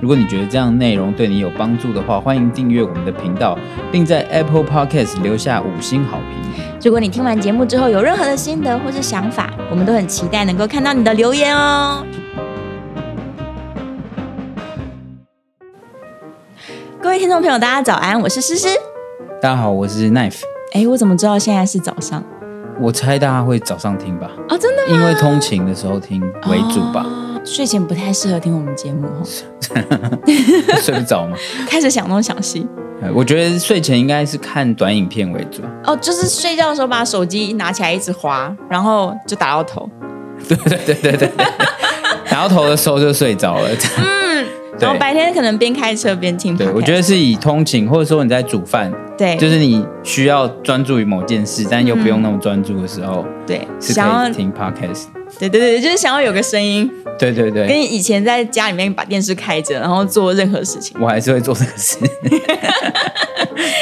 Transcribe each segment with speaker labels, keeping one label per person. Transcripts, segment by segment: Speaker 1: 如果你觉得这样内容对你有帮助的话，欢迎订阅我们的频道，并在 Apple Podcast 留下五星好评。
Speaker 2: 如果你听完节目之后有任何的心得或是想法，我们都很期待能够看到你的留言哦。各位听众朋友，大家早安，我是诗诗。
Speaker 1: 大家好，我是 Knife，
Speaker 2: 哎，我怎么知道现在是早上？
Speaker 1: 我猜大家会早上听吧，
Speaker 2: 哦，真的
Speaker 1: 因为通勤的时候听为主吧，
Speaker 2: 哦睡前不太适合听我们节 目哦，
Speaker 1: 睡不着嘛。
Speaker 2: 开始想东想西。
Speaker 1: 呃我觉得睡前应该是看短影片为主，
Speaker 2: 哦，就是睡觉的时候把手机拿起来一直滑，然后就打到头，
Speaker 1: 对对对对对，对然后头的时候就睡着了。
Speaker 2: 然后
Speaker 1: 对
Speaker 2: 白天可能边开车边听 podcast。
Speaker 1: 对，我觉得是以通勤或者说你在煮饭，
Speaker 2: 对，
Speaker 1: 就是你需要专注于某件事，但又不用那么专注的时候，
Speaker 2: 对，
Speaker 1: 是
Speaker 2: 想
Speaker 1: 可
Speaker 2: 要
Speaker 1: 以听 podcast。
Speaker 2: 对对对，就是想要有个声音，
Speaker 1: 对对对，
Speaker 2: 跟以前在家里面把电视开着，然后做任何事情
Speaker 1: 我还是会做这个 事，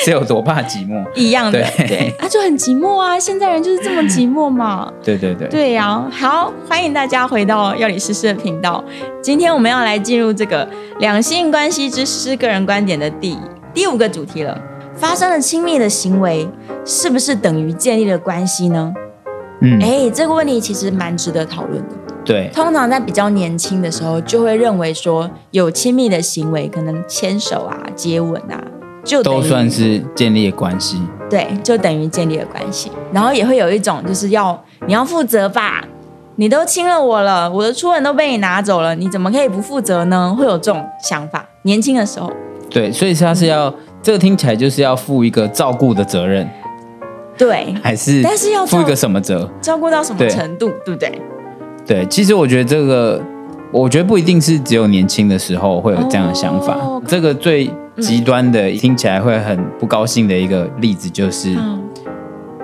Speaker 1: 是有多怕寂寞？
Speaker 2: 一样的，
Speaker 1: 对
Speaker 2: 对， 啊，就很寂寞啊，现在人就是这么寂寞嘛。
Speaker 1: 对对 对，
Speaker 2: 对呀、好，欢迎大家回到药理诗诗的频道。今天我们要来进入这个两性关系之诗个人观点的第第五个主题了。发生了亲密的行为，是不是等于建立了关系呢？
Speaker 1: 嗯，
Speaker 2: 哎，这个问题其实蛮值得讨论的。
Speaker 1: 对
Speaker 2: 通常在比较年轻的时候，就会认为说有亲密的行为，可能牵手啊、接吻啊，就等于
Speaker 1: 都算是建立了关系。
Speaker 2: 对，就等于建立了关系。然后也会有一种就是要你要负责吧，你都亲了我了，我的初吻都被你拿走了，你怎么可以不负责呢？会有这种想法。年轻的时候，
Speaker 1: 对，所以他是要、这个听起来就是要负一个照顾的责任，
Speaker 2: 对，
Speaker 1: 还是
Speaker 2: 但是要照
Speaker 1: 负一个什么责？
Speaker 2: 照顾到什么
Speaker 1: 对
Speaker 2: 程度，对不对？
Speaker 1: 对，其实我觉得这个，我觉得不一定是只有年轻的时候会有这样的想法。
Speaker 2: 哦嗯
Speaker 1: 这个最极端的，听起来会很不高兴的一个例子就是，
Speaker 2: 嗯，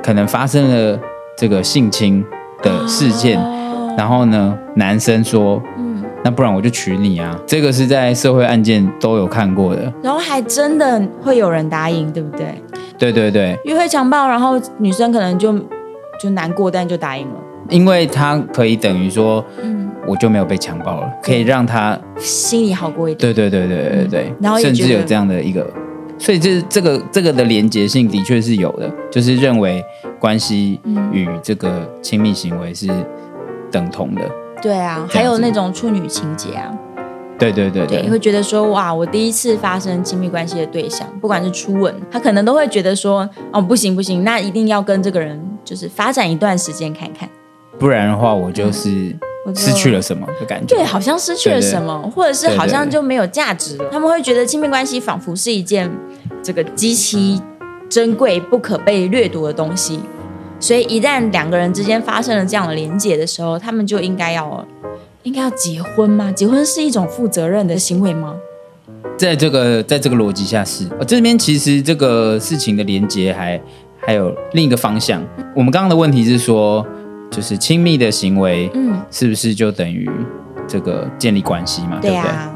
Speaker 1: 可能发生了这个性侵的事件，
Speaker 2: 哦
Speaker 1: 然后呢，男生说
Speaker 2: 嗯，
Speaker 1: 那不然我就娶你啊！这个是在社会案件都有看过的。
Speaker 2: 然后还真的会有人答应，对不对？
Speaker 1: 对对对，
Speaker 2: 约会强暴，然后女生可能就就难过，但就答应了。
Speaker 1: 因为他可以等于说
Speaker 2: 嗯，
Speaker 1: 我就没有被强暴了，可以让他
Speaker 2: 心里好过一点。
Speaker 1: 对对对对对对，
Speaker 2: 嗯然后也
Speaker 1: 甚至
Speaker 2: 觉得
Speaker 1: 有这样的一个，所以这这个这个的连结性的确是有的，就是认为关系
Speaker 2: 嗯
Speaker 1: 与这个亲密行为是等同的。
Speaker 2: 对啊，还有那种处女情节啊，
Speaker 1: 对对对
Speaker 2: 对，
Speaker 1: 对
Speaker 2: 会觉得说哇，我第一次发生亲密关系的对象，不管是初吻，他可能都会觉得说哦，不行不行，那一定要跟这个人就是发展一段时间看看。
Speaker 1: 不然的话我就是
Speaker 2: 我就
Speaker 1: 失去了什么的感觉。
Speaker 2: 嗯对，好像失去了
Speaker 1: 对对
Speaker 2: 什么，或者是
Speaker 1: 对对
Speaker 2: 好像就没有价值了。他们会觉得亲密关系仿佛是一件这个极其珍贵、不可被掠夺的东西，所以一旦两个人之间发生了这样的连结的时候，他们就应该要应该要结婚吗？结婚是一种负责任的行为吗？
Speaker 1: 在这个在这个逻辑下是，呃这边其实这个事情的连接还还有另一个方向。我们刚刚的问题是说，就是亲密的行为
Speaker 2: 嗯，
Speaker 1: 是不是就等于这个建立关系嘛？
Speaker 2: 嗯对啊
Speaker 1: 不对？啊
Speaker 2: 呀、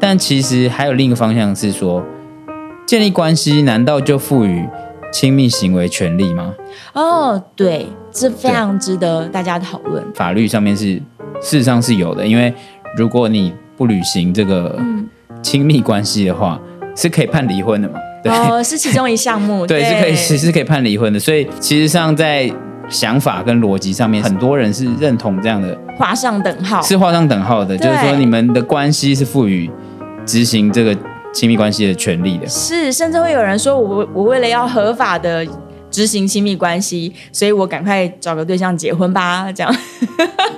Speaker 1: 但其实还有另一个方向是说，建立关系难道就赋予亲密行为权利吗？
Speaker 2: 哦，对，这非常值得大家讨论。
Speaker 1: 法律上面是事实上是有的，因为如果你不履行这个
Speaker 2: 嗯
Speaker 1: 亲密关系的话，是可以判离婚的嘛？对。
Speaker 2: 哦，是其中一项目，
Speaker 1: 对，是可以是是可以判离婚的。所以其实上在想法跟逻辑上面，很多人是认同这样的，
Speaker 2: 画上等号。
Speaker 1: 是画上等号的，
Speaker 2: 对
Speaker 1: 就是说你们的关系是赋予执行这个亲密关系的权利的。
Speaker 2: 是，甚至会有人说我我为了要合法的执行亲密关系，所以我赶快找个对象结婚吧，这样，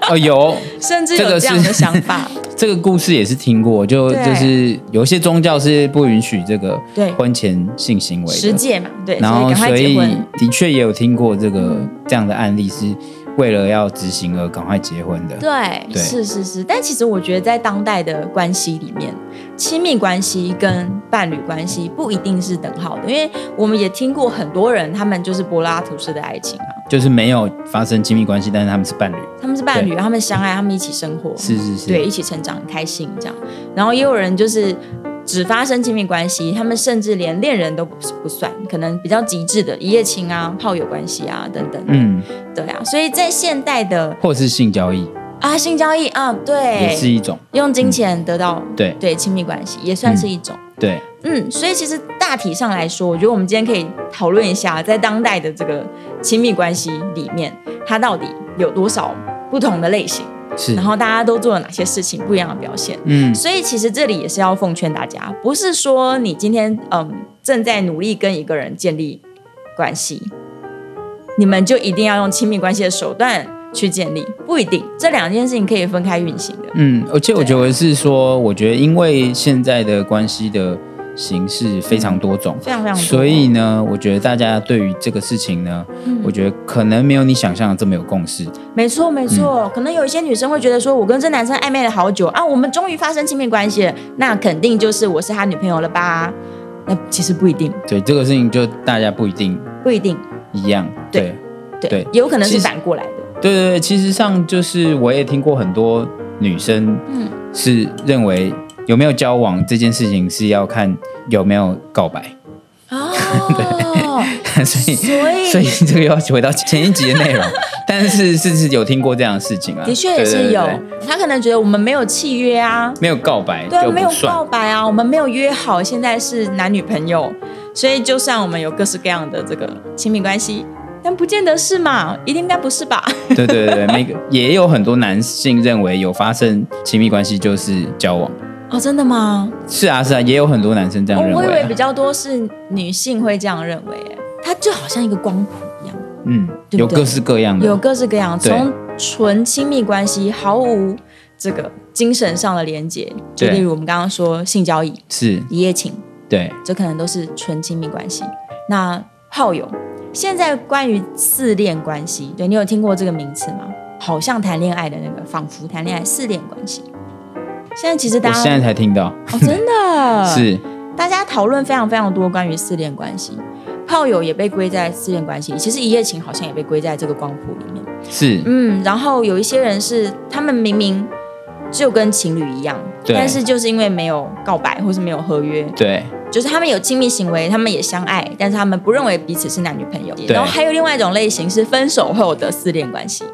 Speaker 1: 哦，有
Speaker 2: 甚至
Speaker 1: 这
Speaker 2: 有
Speaker 1: 个
Speaker 2: 这样的
Speaker 1: 是
Speaker 2: 想 法。
Speaker 1: 这个故事也是听过，就
Speaker 2: 对
Speaker 1: 就是有些宗教是不允许这个
Speaker 2: 对
Speaker 1: 婚前性行为
Speaker 2: 十
Speaker 1: 的。
Speaker 2: 戒嘛，对，
Speaker 1: 然
Speaker 2: 所以
Speaker 1: 后，
Speaker 2: 赶快
Speaker 1: 所
Speaker 2: 结
Speaker 1: 以
Speaker 2: 婚。嗯
Speaker 1: 的确也有听过这个这样的案例，是为了要执行而赶快结婚的。
Speaker 2: 对，
Speaker 1: 对
Speaker 2: 是是是，但其实我觉得在当代的关系里面，亲密关系跟伴侣关系不一定是等号的，因为我们也听过很多人，他们就是柏拉图式的爱情啊，
Speaker 1: 就是没有发生亲密关系，但是他们是伴侣。
Speaker 2: 他们是伴侣，他们相爱，他们一起生活，
Speaker 1: 是是是，
Speaker 2: 对，一起成长，很开心这样。然后也有人就是只发生亲密关系，他们甚至连恋人都不不算，可能比较极致的一夜情啊、炮友关系啊等等。
Speaker 1: 嗯，
Speaker 2: 对啊，所以在现代的
Speaker 1: 或是性交易
Speaker 2: 啊性交易啊，
Speaker 1: 也是
Speaker 2: 对，
Speaker 1: 一种。
Speaker 2: 用金钱得到
Speaker 1: 对
Speaker 2: 对亲密关系也算是一种。
Speaker 1: 对，
Speaker 2: 嗯，所以其实大体上来说，我觉得我们今天可以讨论一下，在当代的这个亲密关系里面，它到底有多少不同的类型，
Speaker 1: 是。
Speaker 2: 然后大家都做了哪些事情，不一样的表现。
Speaker 1: 嗯，
Speaker 2: 所以其实这里也是要奉劝大家，不是说你今天嗯正在努力跟一个人建立关系，你们就一定要用亲密关系的手段去建立，不一定，这两件事情可以分开运行的。
Speaker 1: 嗯，而且我
Speaker 2: 对啊
Speaker 1: 觉得是说，我觉得因为现在的关系的形式非常多种，
Speaker 2: 非常非常多，
Speaker 1: 所以呢，我觉得大家对于这个事情呢，
Speaker 2: 嗯
Speaker 1: 我觉得可能没有你想象的这么有共识。
Speaker 2: 没错没错，可能有一些女生会觉得说，我跟这男生暧昧了好久啊，我们终于发生亲密关系了，那肯定就是我是他女朋友了吧？那其实不一定，
Speaker 1: 对这个事情，就大家不一定
Speaker 2: 不一定，
Speaker 1: 一样。
Speaker 2: 对
Speaker 1: 对
Speaker 2: 对，
Speaker 1: 对
Speaker 2: 也有可能
Speaker 1: 其
Speaker 2: 是
Speaker 1: 实
Speaker 2: 反过来的，
Speaker 1: 对对对，其实上就是我也听过很多女生，
Speaker 2: 嗯
Speaker 1: 是认为有没有交往这件事情是要看有没有告白，
Speaker 2: 哦，
Speaker 1: 所以
Speaker 2: 所以
Speaker 1: 所以这个又要回到前一集的内容，但是是是有听过这样的事情啊，
Speaker 2: 的确也
Speaker 1: 对
Speaker 2: 是
Speaker 1: 对
Speaker 2: 有
Speaker 1: 对，
Speaker 2: 他可能觉得我们没有契约啊，
Speaker 1: 没有告白
Speaker 2: 对啊，
Speaker 1: 就
Speaker 2: 没有
Speaker 1: 不算
Speaker 2: 告。白啊，我们没有约好，现在是男女朋友，所以就算我们有各式各样的这个亲密关系，但不见得是嘛，一定应该不是吧？
Speaker 1: 对对对，对每个也有很多男性认为有发生亲密关系就是交往。
Speaker 2: 哦，真的吗？
Speaker 1: 是啊是啊，也有很多男生这
Speaker 2: 哦
Speaker 1: 样认
Speaker 2: 我以
Speaker 1: 为、
Speaker 2: 为
Speaker 1: 啊
Speaker 2: 比。较多是女性会这样认为，哎，它就好像一个光谱一样，
Speaker 1: 嗯，
Speaker 2: 对
Speaker 1: 有
Speaker 2: 不对
Speaker 1: 各式各样的。
Speaker 2: 有各式各样，
Speaker 1: 对
Speaker 2: 从纯亲密关系毫无这个精神上的连接，就
Speaker 1: 对
Speaker 2: 例如我们刚刚说性交易、
Speaker 1: 是，
Speaker 2: 一夜情。
Speaker 1: 对，
Speaker 2: 这可能都是纯亲密关系。那炮友，现在关于四恋关系，对你有听过这个名词吗？好像谈恋爱的那个，仿佛谈恋爱四恋关系。现在其实大
Speaker 1: 我
Speaker 2: 家
Speaker 1: 现在才听到，
Speaker 2: 哦，真的，
Speaker 1: 是
Speaker 2: 大家讨论非常非常多关于四恋关系，炮友也被归在四恋关系里，其实一夜情好像也被归在这个光谱里面。
Speaker 1: 是，
Speaker 2: 嗯，然后有一些人是他们明明就跟情侣一样，
Speaker 1: 对
Speaker 2: 但是就是因为没有告白或是没有合约，
Speaker 1: 对，
Speaker 2: 就是他们有亲密行为，他们也相爱，但是他们不认为彼此是男女朋友。
Speaker 1: 对
Speaker 2: 然后还有另外一种类型是分手后的撕恋关系，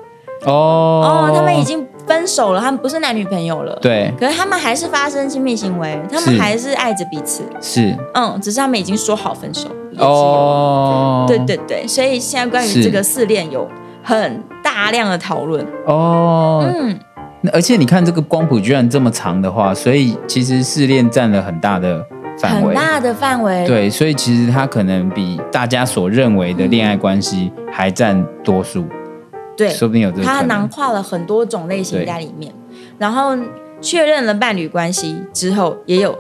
Speaker 1: 哦
Speaker 2: 哦，他们已经分手了，他们不是男女朋友了，，
Speaker 1: 对，
Speaker 2: 可是他们还是发生亲密行为，他们
Speaker 1: 是
Speaker 2: 还是爱着彼此，
Speaker 1: 是
Speaker 2: 嗯，只是他们已经说好分手。也是有，
Speaker 1: 哦，
Speaker 2: 对对对，所以现在关于
Speaker 1: 是
Speaker 2: 这个撕恋有很大量的讨论，
Speaker 1: 哦，
Speaker 2: 嗯，
Speaker 1: 那而且你看这个光谱居然这么长的话，所以其实试炼占了很大的范
Speaker 2: 很
Speaker 1: 围。
Speaker 2: 大的范围，
Speaker 1: 对，所以其实它可能比大家所认为的恋爱关系还占多数，
Speaker 2: 对，
Speaker 1: 说不定有这个
Speaker 2: 它
Speaker 1: 可
Speaker 2: 囊
Speaker 1: 能。
Speaker 2: 括了很多种类型
Speaker 1: 对
Speaker 2: 在里面。然后确认了伴侣关系之后，也有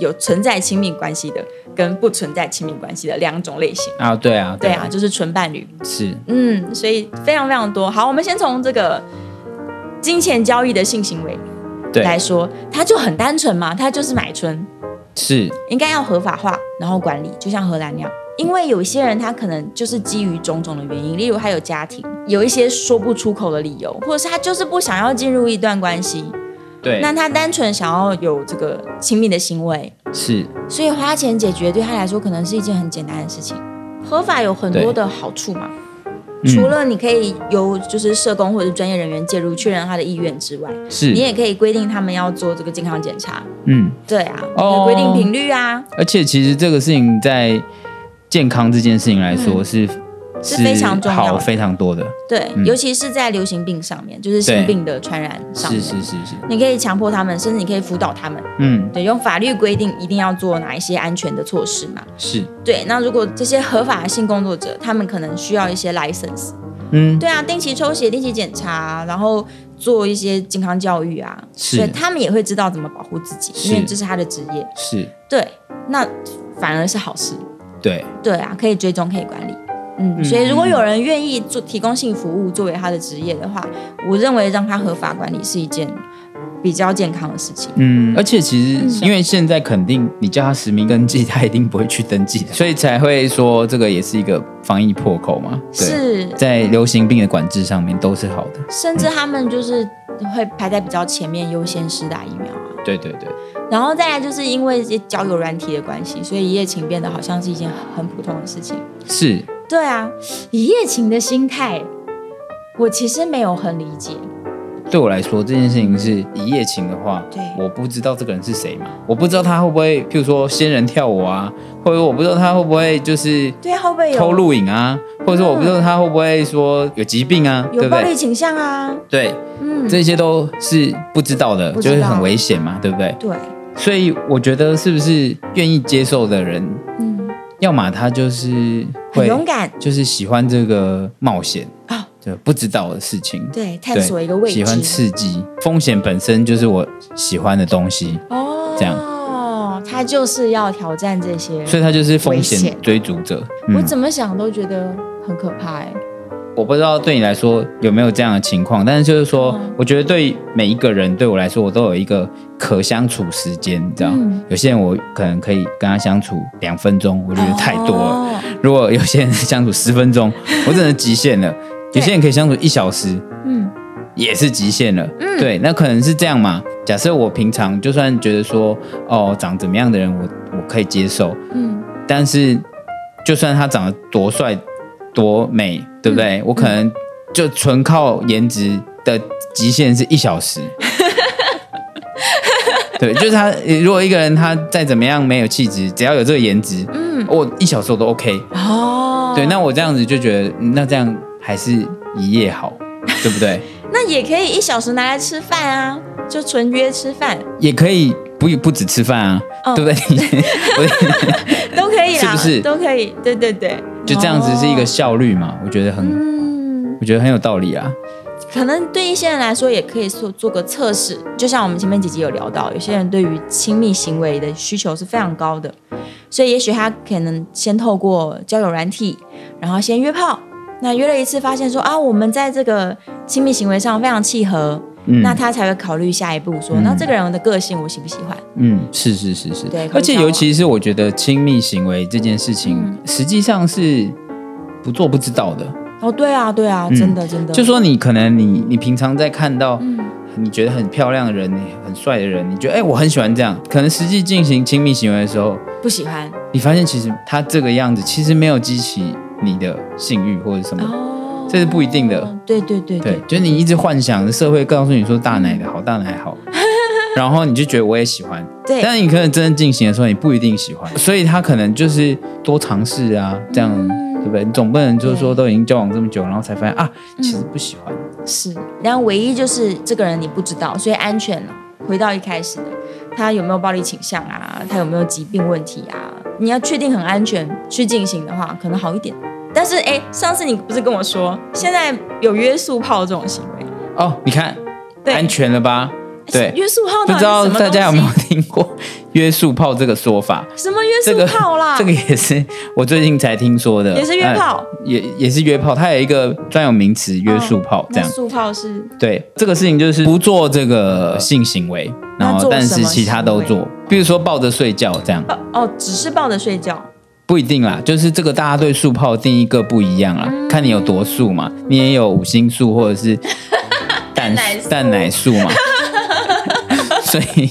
Speaker 2: 有存在亲密关系的跟不存在亲密关系的两种类型。
Speaker 1: 啊，对啊，
Speaker 2: 对啊，，就是纯伴侣。
Speaker 1: 是
Speaker 2: 嗯，所以非常非常多。好，我们先从这个金钱交易的性行为
Speaker 1: 对，
Speaker 2: 来说，它就很单纯嘛，它就是买春，
Speaker 1: 是
Speaker 2: 应该要合法化，然后管理，就像荷兰那样。因为有一些人他可能就是基于种种的原因，例如他有家庭，有一些说不出口的理由，或者是他就是不想要进入一段关系，
Speaker 1: 对，
Speaker 2: 那他单纯想要有这个亲密的行为，
Speaker 1: 是
Speaker 2: 所以花钱解决对他来说可能是一件很简单的事情。合法有很多的好处嘛，
Speaker 1: 嗯
Speaker 2: 除了你可以由就是社工或者是专业人员介入确认他的意愿之外，你
Speaker 1: 是，
Speaker 2: 也可以规定他们要做这个健康检查，
Speaker 1: 嗯，
Speaker 2: 对啊，你可以
Speaker 1: 哦
Speaker 2: 规定频率啊，
Speaker 1: 而且其实这个事情在健康这件事情来说是、
Speaker 2: 嗯是非常重要的
Speaker 1: 好非常多的，
Speaker 2: 对，尤其是在流行病上面，就是性
Speaker 1: 嗯对
Speaker 2: 病的传染上
Speaker 1: 是
Speaker 2: 面，
Speaker 1: 是是是，
Speaker 2: 你可以强迫他们，甚至你可以辅导他们，
Speaker 1: 嗯，
Speaker 2: 对，用法律规定一定要做哪一些安全的措施嘛。
Speaker 1: 是，
Speaker 2: 对，那如果这些合法的性工作者，他们可能需要一些 license，
Speaker 1: 嗯，
Speaker 2: 对啊，定期抽血、定期检查，然后做一些健康教育啊，
Speaker 1: 是
Speaker 2: 所以他们也会知道怎么保护自己，因为
Speaker 1: 是
Speaker 2: 这是他的职业。
Speaker 1: 是，
Speaker 2: 对，那反而是好事。
Speaker 1: 对，
Speaker 2: 对啊，可以追踪，可以管理。嗯，所以如果有人愿意做提供性服务作为他的职业的话，我认为让他合法管理是一件比较健康的事情。
Speaker 1: 嗯，而且其实因为现在肯定你叫他实名登记，他一定不会去登记的，所以才会说这个也是一个防疫破口嘛。对，
Speaker 2: 是，
Speaker 1: 在流行病的管制上面都是好的。
Speaker 2: 甚至他们就是会排在比较前面优先施打疫苗啊。
Speaker 1: 对对对，
Speaker 2: 然后再来就是因为这些交友软体的关系，所以一夜情变得好像是一件很普通的事情。
Speaker 1: 是
Speaker 2: 对啊，一夜情的心态，我其实没有很理解。
Speaker 1: 对我来说这件事情是一夜情的话
Speaker 2: 对，
Speaker 1: 我不知道这个人是谁嘛，我不知道他会不会，譬如说仙人跳舞啊，或者我不知道他会不会就是
Speaker 2: 对啊，会不会
Speaker 1: 偷
Speaker 2: 有
Speaker 1: 录影啊，或者说我不知道他会不会说有疾病啊，对
Speaker 2: 有
Speaker 1: 不
Speaker 2: 暴
Speaker 1: 对
Speaker 2: 力？倾向啊？
Speaker 1: 对，
Speaker 2: 嗯，
Speaker 1: 这些都是不知道的，
Speaker 2: 不知
Speaker 1: 就
Speaker 2: 道
Speaker 1: 是很危险嘛，对不对？
Speaker 2: 对，
Speaker 1: 所以我觉得是不是愿意接受的人，
Speaker 2: 嗯，
Speaker 1: 要么他就是
Speaker 2: 很
Speaker 1: 会
Speaker 2: 勇敢
Speaker 1: 就是喜欢这个冒险
Speaker 2: 啊，
Speaker 1: 就不知道的事情，
Speaker 2: 对，探索一个未知，
Speaker 1: 喜欢刺激，风险本身就是我喜欢的东西，
Speaker 2: 哦，
Speaker 1: 这样
Speaker 2: 他就是要挑战这些。
Speaker 1: 所以他就是风
Speaker 2: 危
Speaker 1: 险
Speaker 2: 险
Speaker 1: 追逐者。
Speaker 2: 我
Speaker 1: 嗯，
Speaker 2: 怎么想都觉得很可怕哎、
Speaker 1: 我不知道对你来说有没有这样的情况，但是就是说
Speaker 2: 嗯，
Speaker 1: 我觉得对每一个人，对我来说，我都有一个可相处时间，你知道。
Speaker 2: 嗯
Speaker 1: 有些人我可能可以跟他相处两分钟，我觉得太多了。
Speaker 2: 哦
Speaker 1: 如果有些人相处十分钟，我真的极限了；有些人可以相处一小时，
Speaker 2: 嗯，
Speaker 1: 也是极限了。对，那可能是这样嘛。假设我平常就算觉得说，哦，长怎么样的人我我可以接受，
Speaker 2: 嗯，
Speaker 1: 但是就算他长得多帅多美，对不对？我可能就纯靠颜值的极限是一小时。对，就是他。呃如果一个人他再怎么样没有气质，只要有这个颜值，嗯，我一小时我都 OK。
Speaker 2: 哦，
Speaker 1: 对，那我这样子就觉得，嗯那这样还是一夜 好，对不对？
Speaker 2: 那也可以一小时拿来吃饭啊，就纯约吃饭
Speaker 1: 也可以不不只吃饭啊，
Speaker 2: 嗯
Speaker 1: 对不 对？你我
Speaker 2: 都可以啦，
Speaker 1: 是不是
Speaker 2: 都可以，对对对，
Speaker 1: 就这样子是一个
Speaker 2: 哦
Speaker 1: 效率嘛，我觉得很，
Speaker 2: 嗯，
Speaker 1: 我觉得很有道理啊。
Speaker 2: 可能对一些人来说，也可以做做个测试。就像我们前面几集有聊到，有些人对于亲密行为的需求是非常高的，所以也许他可能先透过交友软体，然后先约炮。那约了一次，发现说啊，我们在这个亲密行为上非常契合，
Speaker 1: 嗯，
Speaker 2: 那他才会考虑下一步说，那这个人的个性我喜不喜欢？
Speaker 1: 嗯，是是是是
Speaker 2: 对，可
Speaker 1: 而且
Speaker 2: 以交往
Speaker 1: 尤其是我觉得亲密行为这件事情，
Speaker 2: 嗯
Speaker 1: 实际上是不做不知道的。
Speaker 2: 哦，对啊，对啊，真的真的，
Speaker 1: 嗯就说你可能你你平常在看到
Speaker 2: 嗯
Speaker 1: 你觉得很漂亮的人，你很帅的人，你觉得哎、我很喜欢这样，可能实际进行亲密行为的时候，
Speaker 2: 不喜欢
Speaker 1: 你发现其实他这个样子其实没有激起你的性欲或者什么。
Speaker 2: 哦，
Speaker 1: 这是不一定的，
Speaker 2: 对对对
Speaker 1: 对，就是你一直幻想社会告诉你说大奶的好，大奶 好，然后你就觉得我也喜欢，
Speaker 2: 对，
Speaker 1: 但你可能真正进行的时候，你不一定喜欢，所以他可能就是多尝试啊，这样、
Speaker 2: 嗯
Speaker 1: 对不对？你总不能就是说都已经交往这么久，然后才发现啊，
Speaker 2: 嗯
Speaker 1: 其实不喜欢。
Speaker 2: 是，然后唯一就是这个人你不知道，所以安全了。回到一开始的，他有没有暴力倾向啊？他有没有疾病问题啊？你要确定很安全去进行的话，可能好一点。但是哎，上次你不是跟我说，现在有约束炮这种行为？啊
Speaker 1: 哦，你看
Speaker 2: 对
Speaker 1: 安全了吧？对，
Speaker 2: 约束炮
Speaker 1: 不
Speaker 2: 到底
Speaker 1: 知
Speaker 2: 是
Speaker 1: 道
Speaker 2: 什么
Speaker 1: 大家有没有
Speaker 2: 东西
Speaker 1: 听过约束炮这个说法？
Speaker 2: 什么约
Speaker 1: 这个
Speaker 2: 束炮啦？
Speaker 1: 这个也是我最近才听说的，
Speaker 2: 也是约
Speaker 1: 嗯
Speaker 2: 炮，
Speaker 1: 也也是约炮，它有一个专有名词约束炮，
Speaker 2: 哦那
Speaker 1: 这样。
Speaker 2: 束炮是
Speaker 1: 对，这个事情就是不做这个性行为，
Speaker 2: 那
Speaker 1: 然后
Speaker 2: 做
Speaker 1: 但
Speaker 2: 什
Speaker 1: 是
Speaker 2: 么
Speaker 1: 其他都
Speaker 2: 行为
Speaker 1: 做，比如说抱着睡觉这样，
Speaker 2: 哦哦，只是抱着睡觉。
Speaker 1: 不一定啦，就是这个大家对素炮定义各不一样啦，
Speaker 2: 嗯
Speaker 1: 看你有多素嘛，你也有五星素或者 是蛋
Speaker 2: 奶素
Speaker 1: 蛋奶素 嘛，所以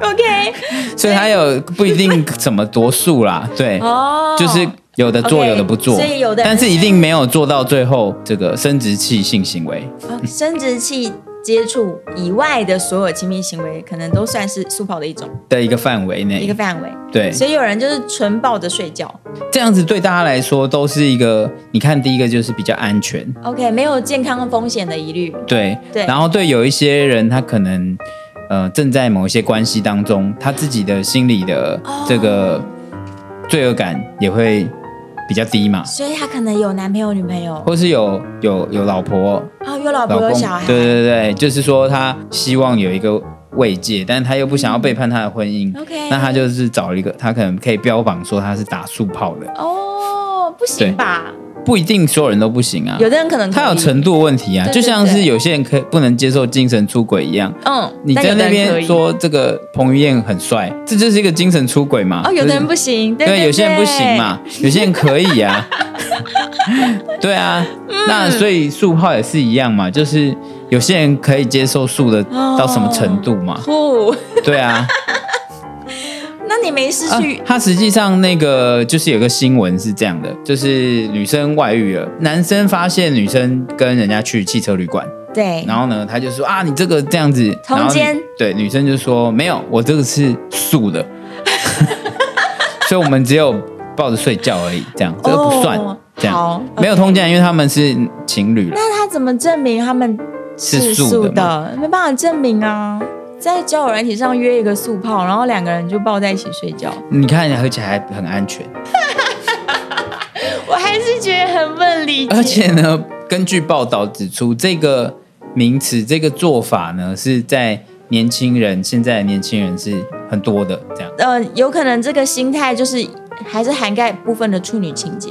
Speaker 2: OK，
Speaker 1: 所以它有不一定怎么多素啦，对，
Speaker 2: 哦，
Speaker 1: 就是。有的做，
Speaker 2: OK，
Speaker 1: 有的不做，
Speaker 2: 所以有的人
Speaker 1: 但是一定没有做到最后这个生殖器性行为。
Speaker 2: 啊生殖器接触以外的所有亲密行为，可能都算是速跑的一种
Speaker 1: 的一个范围
Speaker 2: 一个
Speaker 1: 内，
Speaker 2: 范围。
Speaker 1: 对，
Speaker 2: 所以有人就是纯抱着睡觉
Speaker 1: 这样子对大家来说都是一个，你看第一个就是比较安全，
Speaker 2: ，OK，没有健康风险的疑虑。
Speaker 1: 对，
Speaker 2: 对
Speaker 1: 然后对有一些人，他可能呃正在某一些关系当中，他自己的心理的这个
Speaker 2: 哦
Speaker 1: 罪恶感也会比较低嘛，
Speaker 2: 所以他可能有男朋友、女朋友
Speaker 1: 或是有有有老婆、
Speaker 2: 啊，有老
Speaker 1: 老
Speaker 2: 婆
Speaker 1: 公
Speaker 2: 有小，孩，
Speaker 1: 对对对，就是说他希望有一个慰藉，但他又不想要背叛他的婚姻，
Speaker 2: OK
Speaker 1: 那他就是找一个他可能可以标榜说他是打速炮的，
Speaker 2: 哦，不行吧？
Speaker 1: 不一定所有人都不行啊，
Speaker 2: 有的人可能可以
Speaker 1: 它有程度问题啊，
Speaker 2: 对对
Speaker 1: 就像是有些人可以不能接受精神出轨一样。
Speaker 2: 嗯，
Speaker 1: 你
Speaker 2: 但
Speaker 1: 在
Speaker 2: 有的
Speaker 1: 那
Speaker 2: 人可
Speaker 1: 边
Speaker 2: 以
Speaker 1: 说这个彭于晏很帅，这就是一个精神出轨嘛？
Speaker 2: 哦，有的
Speaker 1: 就是
Speaker 2: 人不行，对
Speaker 1: 对，有些人不行嘛，有些人可以啊。 对啊，
Speaker 2: 嗯
Speaker 1: 那所以素泡也是一样嘛，就是有些人可以接受素的
Speaker 2: 哦
Speaker 1: 到什么程度 嘛？
Speaker 2: 酷，
Speaker 1: 对啊，
Speaker 2: 那你没事
Speaker 1: 啊
Speaker 2: 去，
Speaker 1: 他实际上那个就是有个新闻是这样的，就是女生外遇了，男生发现女生跟人家去汽车旅馆，
Speaker 2: 对，
Speaker 1: 然后呢，他就说啊，你这个这样子
Speaker 2: 通
Speaker 1: 然后女
Speaker 2: 奸
Speaker 1: 对，女生就说没有，我这个是素的， 所以我们只有抱着睡觉而已，这样这个不算，
Speaker 2: 哦
Speaker 1: 这样
Speaker 2: 好
Speaker 1: 没有通奸，因为他们是情侣了。
Speaker 2: 那他怎么证明他们
Speaker 1: 是素
Speaker 2: 素
Speaker 1: 的
Speaker 2: 的？没办法证明啊。在交友软体上约一个素泡，然后两个人就抱在一起睡觉，
Speaker 1: 你看，而且还很安全，
Speaker 2: 我还是觉得很不能理解。
Speaker 1: 而且呢，根据报道指出，这个名词这个做法呢，是在年轻人现在的年轻人是很多的这样。
Speaker 2: 呃，有可能这个心态就是还是涵盖部分的处女情节，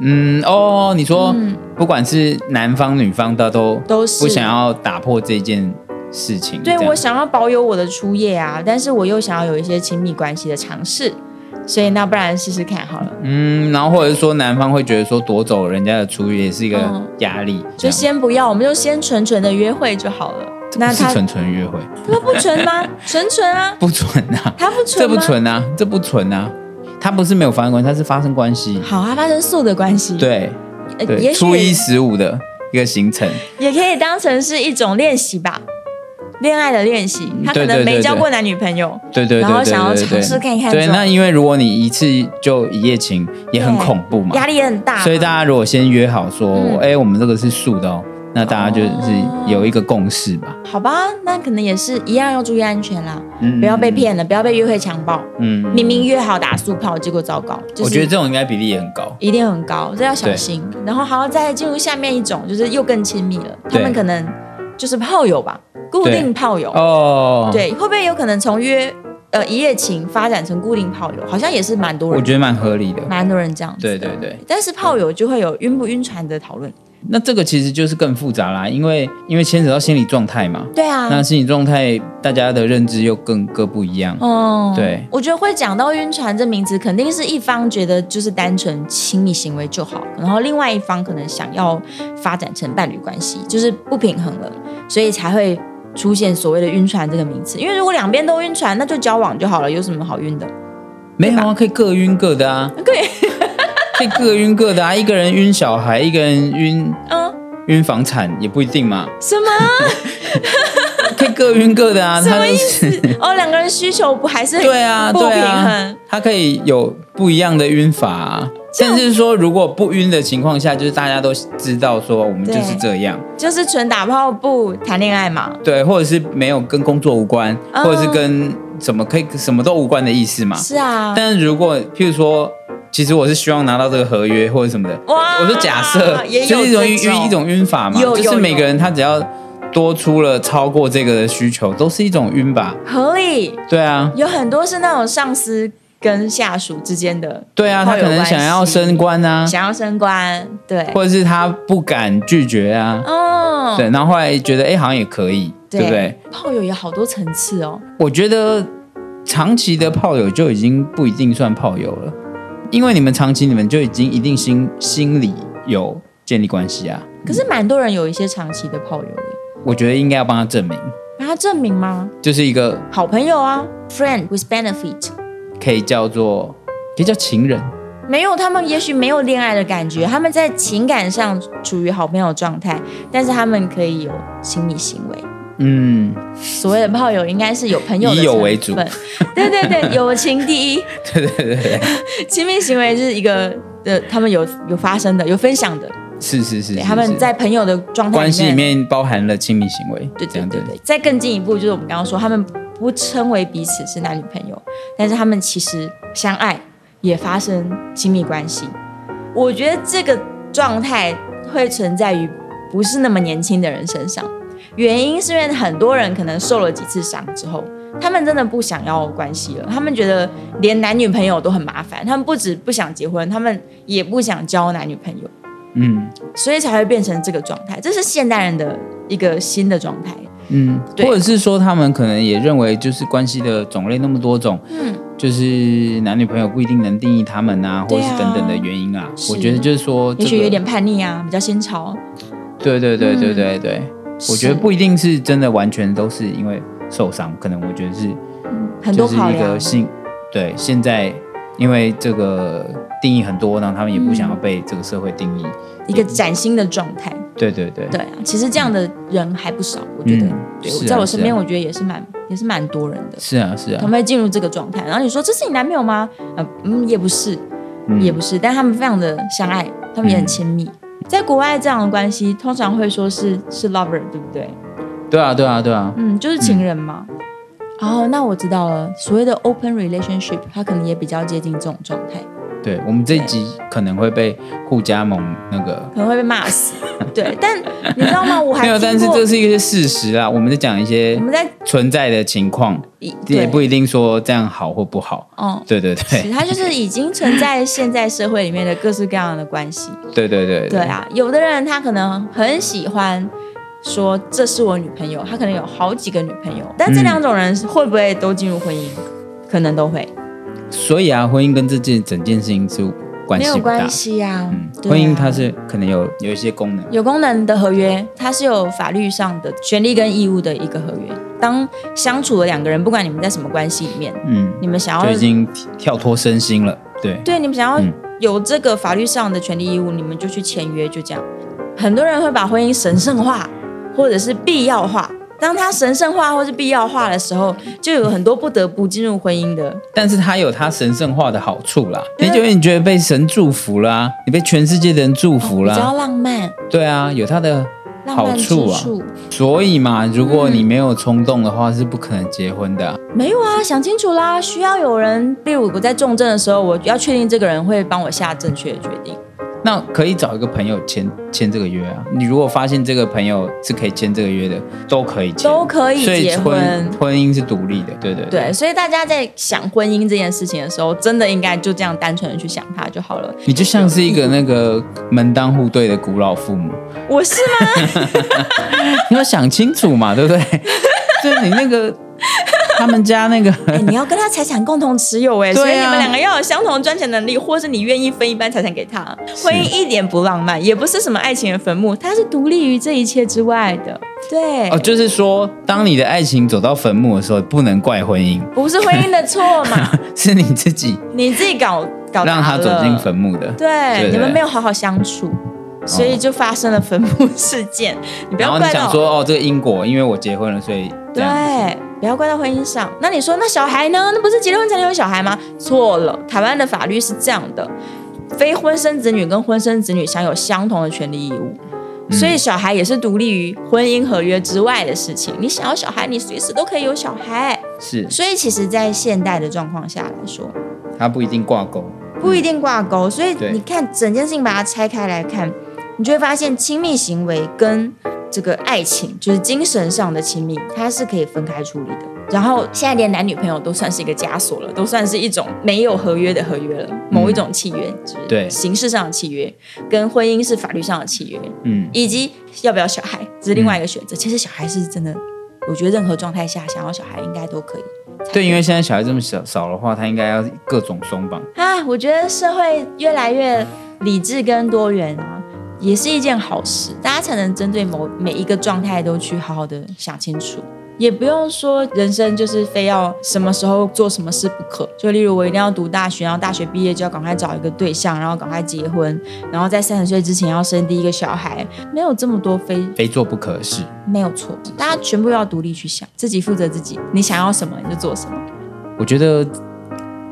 Speaker 1: 嗯哦，你说、不管是男方女方的都
Speaker 2: 嗯都是
Speaker 1: 不想要打破这件事情。
Speaker 2: 对
Speaker 1: 这样
Speaker 2: 我想要保有我的初夜啊，但是我又想要有一些亲密关系的尝试，所以那不然试试看好了，
Speaker 1: 嗯，然后或者是说男方会觉得说夺走人家的初约也是一个
Speaker 2: 嗯
Speaker 1: 压力，这
Speaker 2: 就
Speaker 1: 样
Speaker 2: 先不要，我们就先纯纯的约会就好了。那
Speaker 1: 不是
Speaker 2: 他
Speaker 1: 纯纯约会
Speaker 2: 他不纯吗？纯纯啊，
Speaker 1: 不纯啊，
Speaker 2: 他不
Speaker 1: 这
Speaker 2: 纯
Speaker 1: 不
Speaker 2: 吗？
Speaker 1: 纯啊，这不纯啊，他不是没有发生关系，他是发生关系，
Speaker 2: 好，啊他发生素的关系，
Speaker 1: 对
Speaker 2: 呃
Speaker 1: 对，
Speaker 2: 也许
Speaker 1: 初一十五的一个行程，
Speaker 2: 也可以当成是一种练习吧，恋爱的练习。他可
Speaker 1: 对对
Speaker 2: 能
Speaker 1: 对
Speaker 2: 没
Speaker 1: 对
Speaker 2: 交过男女朋友，
Speaker 1: 对对对
Speaker 2: 然后
Speaker 1: 对
Speaker 2: 想要
Speaker 1: 对对
Speaker 2: 尝试看一看
Speaker 1: 对，
Speaker 2: 这种
Speaker 1: 那因为如果你一次就一夜情也很
Speaker 2: 对
Speaker 1: 恐怖嘛，
Speaker 2: 压力也很大嘛，
Speaker 1: 嗯所以大家如果先约好说，哎、
Speaker 2: 嗯
Speaker 1: 我们这个是素的哦，那大家就是
Speaker 2: 哦
Speaker 1: 有一个共识吧。
Speaker 2: 好吧，那可能也是一样要注意安全啦，
Speaker 1: 嗯
Speaker 2: 不要被。骗了，不要被约会强暴。
Speaker 1: 嗯，嗯
Speaker 2: 明明约好打速炮，结果糟糕，就是、
Speaker 1: 我觉得这种应该比例也很高。
Speaker 2: 一定很高，这要小心。然后还要再进入下面一种，就是又更亲密了，他
Speaker 1: 对
Speaker 2: 们可能就是炮友吧，固定炮友，
Speaker 1: 哦，，
Speaker 2: 对，会不会有可能从约呃一夜情发展成固定炮友？好像也是蛮多
Speaker 1: 我
Speaker 2: 人，
Speaker 1: 觉得蛮合理的。
Speaker 2: 蛮多人这样子
Speaker 1: 对
Speaker 2: 的。
Speaker 1: 对对，
Speaker 2: 但是炮友就会有晕不晕船的讨论。
Speaker 1: 那这个其实就是更复杂啦，因为因为牵扯到心理状态嘛。
Speaker 2: 对啊，
Speaker 1: 那心理状态大家的认知又更各不一样。
Speaker 2: 哦，
Speaker 1: 对，
Speaker 2: 我觉得会讲到晕船这名词，肯定是一方觉得就是单纯亲密行为就好，然后另外一方可能想要发展成伴侣关系，就是不平衡了，所以才会出现所谓的晕船这个名词。因为如果两边都晕船，那就交往就好了，有什么好晕 的？
Speaker 1: 没有啊，可以各晕各的啊，
Speaker 2: 可以，
Speaker 1: 可以各晕各的啊，一个人晕小孩，一个人晕
Speaker 2: 嗯，
Speaker 1: 晕房产也不一定嘛，
Speaker 2: 什么？
Speaker 1: 可以各晕各的啊。
Speaker 2: 什
Speaker 1: 他
Speaker 2: 么
Speaker 1: 就
Speaker 2: 意
Speaker 1: 是。
Speaker 2: 思？哦，两个人需求不还是
Speaker 1: 对啊，
Speaker 2: 不
Speaker 1: 对
Speaker 2: 平
Speaker 1: 啊
Speaker 2: 衡？，
Speaker 1: 它可以有不一样的晕法、啊，甚至说如果不晕的情况下，就是大家都知道说我们就是这样，
Speaker 2: 就是纯打炮不谈恋爱嘛？
Speaker 1: 对，或者是没有跟工作无关，
Speaker 2: 嗯
Speaker 1: 或者是跟什么可以什么都无关的意思嘛。
Speaker 2: 是啊，
Speaker 1: 但如果譬如说，其实我是希望拿到这个合约或者什么的，
Speaker 2: 哇
Speaker 1: 我说假设，
Speaker 2: 啊也有
Speaker 1: 就是一种
Speaker 2: 这种
Speaker 1: 晕一种晕法嘛，
Speaker 2: 有
Speaker 1: 就是
Speaker 2: 有
Speaker 1: 每
Speaker 2: 有
Speaker 1: 个人他只要多出了超过这个的需求，都是一种晕吧。
Speaker 2: 合理。
Speaker 1: 对啊，
Speaker 2: 有很多是那种上司跟下属之间的，
Speaker 1: 对啊，他可能想要升官啊，
Speaker 2: 想要升官，对，
Speaker 1: 或者是他不敢拒绝啊，
Speaker 2: 哦，
Speaker 1: 对，然后后来觉得哎、诶好像也可以，对不对？嗯
Speaker 2: 炮友有好多层次哦，
Speaker 1: 我觉得长期的炮友就已经不一定算炮友了，因为你们长期你们就已经一定心心里有建立关系啊，
Speaker 2: 可是蛮多人有一些长期的炮友的，
Speaker 1: 我觉得应该要帮他证明，
Speaker 2: 把它证明吗？
Speaker 1: 就是一个
Speaker 2: 好朋友啊，friend with benefit，
Speaker 1: 可以叫做可以叫情人，
Speaker 2: 没有他们也许没有恋爱的感觉，他们在情感上处于好朋友状态，但是他们可以有亲密行为。
Speaker 1: 嗯，
Speaker 2: 所谓的炮友应该是有朋友的
Speaker 1: 以友
Speaker 2: 成
Speaker 1: 为主
Speaker 2: 分， 对对对，友情第一，
Speaker 1: 对对对 对，
Speaker 2: 亲密行为是一个呃，他们有有发生的，有分享的，
Speaker 1: 是是是
Speaker 2: 对，
Speaker 1: 是
Speaker 2: 他们
Speaker 1: 是
Speaker 2: 在朋友的状态
Speaker 1: 关系里，面包含了亲密行为，
Speaker 2: 对
Speaker 1: 这
Speaker 2: 对
Speaker 1: 样
Speaker 2: 对
Speaker 1: 子，
Speaker 2: 对。再更进一步，就是我们刚刚说，他们不称为彼此是男女朋友，但是他们其实相爱，也发生亲密关系。我觉得这个状态会存在于不是那么年轻的人身上，原因是因为很多人可能受了几次伤之后，他们真的不想要关系了，他们觉得连男女朋友都很麻烦，他们不止不想结婚，他们也不想交男女朋友，
Speaker 1: 嗯
Speaker 2: 所以才会变成这个状态。这是现代人的一个新的状态。
Speaker 1: 嗯，
Speaker 2: 对
Speaker 1: 或者是说他们可能也认为就是关系的种类那么多种，
Speaker 2: 嗯，
Speaker 1: 就是男女朋友不一定能定义他们啊，或
Speaker 2: 对
Speaker 1: 者
Speaker 2: 啊
Speaker 1: 是等等的原因啊。
Speaker 2: 是
Speaker 1: 我觉得就是说、
Speaker 2: 也
Speaker 1: 这个，
Speaker 2: 许有点叛逆啊，比较新潮。
Speaker 1: 对对对对
Speaker 2: 嗯
Speaker 1: 对对，我觉得不一定是真的完全都是因为受伤，可能我觉得是
Speaker 2: 是很多
Speaker 1: 就是
Speaker 2: 考
Speaker 1: 一
Speaker 2: 量
Speaker 1: 个，性，对，现在因为这个定义很多，然后他们也不想要被这个社会定义。
Speaker 2: 一个崭新的状态。
Speaker 1: 对对对，
Speaker 2: 对啊，其实这样的人还不少，我觉得，
Speaker 1: 嗯
Speaker 2: 对，
Speaker 1: 是啊
Speaker 2: 在我身边，
Speaker 1: 是
Speaker 2: 我觉得也是蛮也是蛮多人的，
Speaker 1: 是啊是
Speaker 2: 他
Speaker 1: 啊，
Speaker 2: 们会进入这个状态。然后你说这是你男朋友吗？呃，嗯，也不是，
Speaker 1: 嗯
Speaker 2: 也不是，但他们非常的相爱，他们也很亲密。在国外，这样的关系通常会说是是 lover，对不对？
Speaker 1: 对啊对啊对啊，
Speaker 2: 嗯，就是情人嘛。哦，那我知道了。所谓的 open relationship，它可能也比较接近这种状态，
Speaker 1: 对我们这一集可能会被互加盟那个。
Speaker 2: 可能会被骂死。对，但你知道吗？我还
Speaker 1: 没有，
Speaker 2: 听
Speaker 1: 但是
Speaker 2: 过
Speaker 1: 这是一个事实啊。我们在讲一
Speaker 2: 我
Speaker 1: 些
Speaker 2: 们在
Speaker 1: 存在的情况，也
Speaker 2: 对，
Speaker 1: 不一定说这样好或不好。
Speaker 2: 嗯，
Speaker 1: 对对
Speaker 2: 是
Speaker 1: 对，
Speaker 2: 它就是已经存在现在社会里面的各式各样的关系。
Speaker 1: 对对对
Speaker 2: 对，啊，有的人他可能很喜欢说这是我女朋友，他可能有好几个女朋友，但这
Speaker 1: 嗯
Speaker 2: 两种人会不会都进入婚姻？可能都会，
Speaker 1: 所以啊，婚姻跟这件整件事情是关
Speaker 2: 没
Speaker 1: 系
Speaker 2: 有
Speaker 1: 不大
Speaker 2: 关。系呀、啊
Speaker 1: 嗯，
Speaker 2: 对啊
Speaker 1: 婚姻它是可能有有一些功能。
Speaker 2: 有功能的合约，它是有法律上的权利跟义务的一个合约。当相处的两个人，不管你们在什么关系里面，
Speaker 1: 嗯，
Speaker 2: 你们想要
Speaker 1: 就已经跳脱身心了。对，
Speaker 2: 对，你们想要
Speaker 1: 嗯
Speaker 2: 有这个法律上的权利义务，你们就去签约，就这样。很多人会把婚姻神圣化，或者是必要化。当它神圣化或是必要化的时候，就有很多不得不进入婚姻的。
Speaker 1: 但是它有它神圣化的好处啦，你就你觉得被神祝福啦、你被全世界的人祝福
Speaker 2: 哦比
Speaker 1: 啦、
Speaker 2: 较浪漫，
Speaker 1: 对啊，有它的
Speaker 2: 浪漫之嗯
Speaker 1: 好处啊所以嘛，如果你没有冲动的话，是不可能结婚的啊、
Speaker 2: 没有啊，想清楚啦，需要有人。例如我在重症的时候，我要确定这个人会帮我下正确的决定。
Speaker 1: 那可以找一个朋友签签这个约啊。你如果发现这个朋友是可以签这个约的，都可以签，
Speaker 2: 都可以
Speaker 1: 所以
Speaker 2: 结婚
Speaker 1: 婚婚姻是独立的，对对
Speaker 2: 对，所以大家在想婚姻这件事情的时候，真的应该就这样单纯的去想它就好了。
Speaker 1: 你就像是一个那个门当户对的古老 父母，
Speaker 2: 我是吗？
Speaker 1: 你要想清楚嘛，对 不对？就是你那个他们家 那个，
Speaker 2: 哎、你要跟他财产共同持有哎、 所以
Speaker 1: 对啊
Speaker 2: 你们两个要有相同的赚钱能力，或是你愿意分一半财产给他。婚姻一点不浪漫，也不是什么爱情的坟墓，它是独立于这一切之外的。对，
Speaker 1: 哦，就是说，当你的爱情走到坟墓的时候，不能怪婚姻，
Speaker 2: 不是婚姻的错嘛，
Speaker 1: 是你自己
Speaker 2: 你自己搞搞砸
Speaker 1: 让他走进
Speaker 2: 了
Speaker 1: 坟墓的。
Speaker 2: 对，
Speaker 1: 对哦
Speaker 2: 你们没有好好相处。所以就发生了坟墓事件，你不
Speaker 1: 然
Speaker 2: 要
Speaker 1: 后你
Speaker 2: 怪
Speaker 1: 想
Speaker 2: 到
Speaker 1: 说，哦，这个因果，因为我结婚了，所以这样子。
Speaker 2: 对，不要怪到婚姻上。那你说，那小孩呢？那不是结了婚才能有小孩吗？错了，台湾的法律是这样的：非婚生子女跟婚生子女享有相同的权利义务，所以小孩也是独立于婚姻合约之外的事情。你想要小孩，你随时都可以有小孩。
Speaker 1: 是
Speaker 2: 所以，其实，在现代的状况下来说，
Speaker 1: 它不一定挂钩。
Speaker 2: 不一定挂钩。所以
Speaker 1: 嗯对
Speaker 2: 你看整件事情把它拆开来看，你就会发现亲密行为跟这个爱情，就是精神上的亲密，它是可以分开处理的。然后现在连男女朋友都算是一个枷锁了，都算是一种没有合约的合约了，某一种契约，就是
Speaker 1: 对
Speaker 2: 形式上的契约，跟婚姻是法律上的契约，
Speaker 1: 嗯，
Speaker 2: 以及要不要小孩，这是另外一个选择。其实小孩是真的，我觉得任何状态下想要小孩应该都可以。
Speaker 1: 对，因为现在小孩这么小少的话，他应该要各种松绑。
Speaker 2: 啊，我觉得社会越来越理智跟多元啊，也是一件好事，大家才能针对某每一个状态都去好好的想清楚。也不用说人生就是非要什么时候做什么事不可，就例如我一定要读大学，然后大学毕业就要赶快找一个对象，然后赶快结婚，然后在三十岁之前要生第一个小孩，没有这么多非
Speaker 1: 非做不可的事。
Speaker 2: 没有错，大家全部要独立去想，自己负责自己，你想要什么你就做什么。
Speaker 1: 我觉得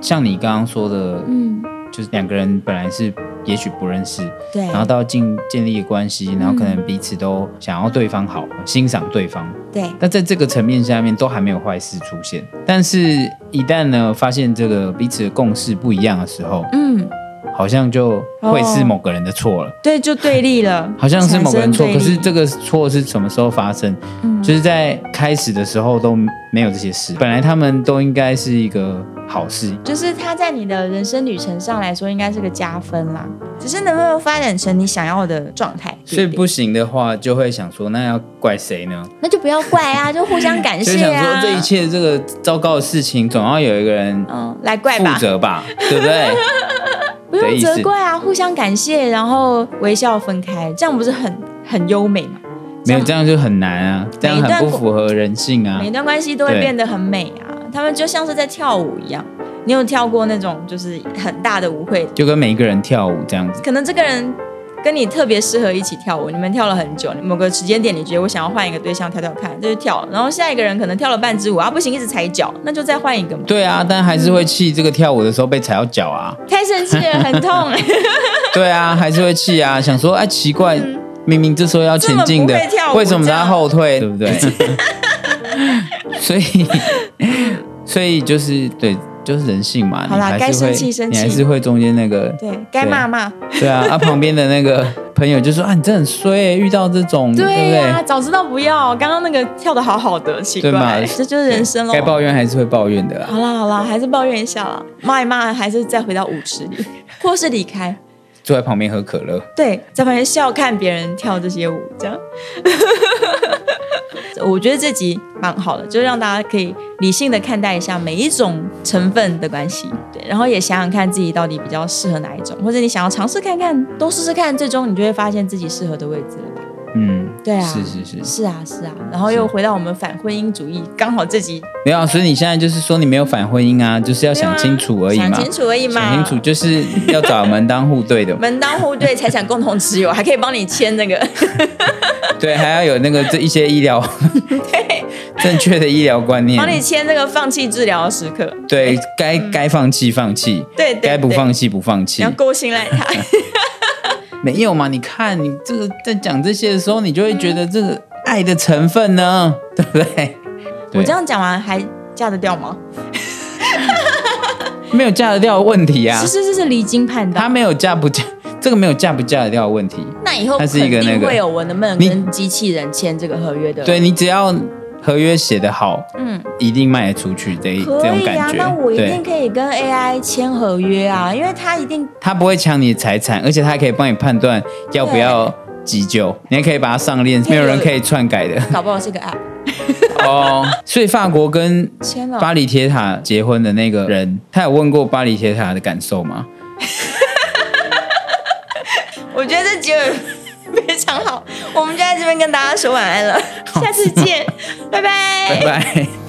Speaker 1: 像你刚刚说的，
Speaker 2: 嗯，
Speaker 1: 就是两个人本来是也许不认识，
Speaker 2: 对，
Speaker 1: 然后到建建立关系，然后可能彼此都想要对方好，欣赏对方。
Speaker 2: 对，
Speaker 1: 但在这个层面下面，都还没有坏事出现。但是，一旦呢发现这个彼此的共识不一样的时候，
Speaker 2: 嗯，
Speaker 1: 好像就会是某个人的错了。
Speaker 2: 对，就对立了，
Speaker 1: 好像是某个人错，
Speaker 2: 产
Speaker 1: 可
Speaker 2: 生对
Speaker 1: 是嗯
Speaker 2: 立
Speaker 1: 这个错是什么时候发生？就是在开始的时候都没有这些事，本来他们都应该是一个好事。
Speaker 2: 就是它在你的人生旅程上来说，应该是个加分啦。只是能不能发展成你想要的状态，
Speaker 1: 所以不行的话，就会想说，那要怪谁呢？
Speaker 2: 那就不要怪 啊，就互相感
Speaker 1: 就
Speaker 2: 谢
Speaker 1: 想
Speaker 2: 啊。
Speaker 1: 说这一切这个糟糕的事情，总要有一个人
Speaker 2: 嗯，来怪吧
Speaker 1: 负，责 吧，对不对？
Speaker 2: 不
Speaker 1: 的
Speaker 2: 用
Speaker 1: 意思
Speaker 2: 责怪啊，互相感谢，然后微笑分开，这样不是很很优美吗？
Speaker 1: 没有这样就很难啊，这样
Speaker 2: 每一段
Speaker 1: 很不符合人性啊
Speaker 2: 每。段关系都会
Speaker 1: 对
Speaker 2: 变得很美啊，他们就像是在跳舞一样。你有跳过那种就是很大的舞会，
Speaker 1: 就跟每一个人跳舞这样子，
Speaker 2: 可能这个人跟你特别适合一起跳舞，你们跳了很久，某个时间点你觉得我想要换一个对象跳跳看，就去跳了，然后下一个人可能跳了半支舞啊，不行，一直踩脚，那就再换一个嘛，
Speaker 1: 对啊，但还是会气这个跳舞的时候被踩到脚啊，
Speaker 2: 太生气了，很痛，
Speaker 1: 对啊，还是会气啊，想说哎奇怪，明明这时候要前进的
Speaker 2: 嗯这么不会跳，舞
Speaker 1: 为什么他后退，对不对？所以，所以就是对，就是人性嘛，
Speaker 2: 好
Speaker 1: 你
Speaker 2: 啦
Speaker 1: 还是
Speaker 2: 该生
Speaker 1: 会
Speaker 2: 气生气
Speaker 1: 你还是会中间那个，
Speaker 2: 对该骂骂，
Speaker 1: 对啊，啊旁边的那个朋友就说啊你这很衰欸，遇到这种，对不
Speaker 2: 呀、
Speaker 1: 对？
Speaker 2: 早知道不要，刚刚那个跳的好好的，奇
Speaker 1: 对嘛
Speaker 2: 怪，这就是人生喽
Speaker 1: 该。抱怨还是会抱怨的啊。
Speaker 2: 好啦好啦，还是抱怨一下啦，骂一骂，还是再回到舞池里，或是离开。
Speaker 1: 坐在旁边喝可乐，
Speaker 2: 对，在旁边笑看别人跳这些舞，这样。 我觉得这集蛮好的，就让大家可以理性的看待一下每一种成分的关系，对，然后也想想看自己到底比较适合哪一种，或者你想要尝试看看，都试试看，最终你就会发现自己适合的位置了吧。
Speaker 1: 嗯，
Speaker 2: 对啊
Speaker 1: 是是是，
Speaker 2: 是啊，是啊，然后又回到我们反婚姻主义，刚好这集
Speaker 1: 没有啊，所以你现在就是说你没有反婚姻啊，就是要想清楚而已嘛，
Speaker 2: 想清楚而已嘛，
Speaker 1: 想清楚就是要找门当户对的 嘛，
Speaker 2: 门当户对，财产共同持有，还可以帮你签那 个。
Speaker 1: 对，还要有那个这一些医疗 正确的医疗观
Speaker 2: 帮你
Speaker 1: 念，
Speaker 2: 签那个放弃治疗的时刻，
Speaker 1: 对该该放弃放弃，
Speaker 2: 对对
Speaker 1: 该不
Speaker 2: 对
Speaker 1: 放弃不放
Speaker 2: 你
Speaker 1: 弃
Speaker 2: 要，够信赖他。
Speaker 1: 没有嘛？你看你这个在讲这些的时候，你就会觉得这个爱的成分呢， 对不对？
Speaker 2: 我
Speaker 1: 对
Speaker 2: 这样讲完还嫁得掉吗？
Speaker 1: 没有嫁得掉的问题啊
Speaker 2: 其，实这是离经叛
Speaker 1: 他
Speaker 2: 道。
Speaker 1: 没有嫁不嫁，这个没有嫁不嫁得掉的问题，
Speaker 2: 那以后
Speaker 1: 它
Speaker 2: 肯
Speaker 1: 是一个那个
Speaker 2: 定会有我能不能
Speaker 1: 你
Speaker 2: 跟机器人签这个合约的。，
Speaker 1: 对你只要合约写得好，
Speaker 2: 嗯，
Speaker 1: 一定卖得出去这一这
Speaker 2: 可
Speaker 1: 种
Speaker 2: 以
Speaker 1: 感
Speaker 2: 啊。
Speaker 1: 觉。
Speaker 2: 那我一定
Speaker 1: 对，
Speaker 2: 可以跟 AI 签合约啊，因为它一定
Speaker 1: 他不会抢你的财产，而且他还可以帮你判断要不要急救，你还可以把它上链，
Speaker 2: 以
Speaker 1: 没有人可以篡改的
Speaker 2: 搞不好是个 app
Speaker 1: 哦。所以法国跟
Speaker 2: 签了。
Speaker 1: 巴黎铁塔结婚的那个人，他有问过巴黎铁塔的感受吗？
Speaker 2: 我觉得这结尾非常好，我们就在这边跟大家说晚安了，下次见，拜拜
Speaker 1: 拜拜。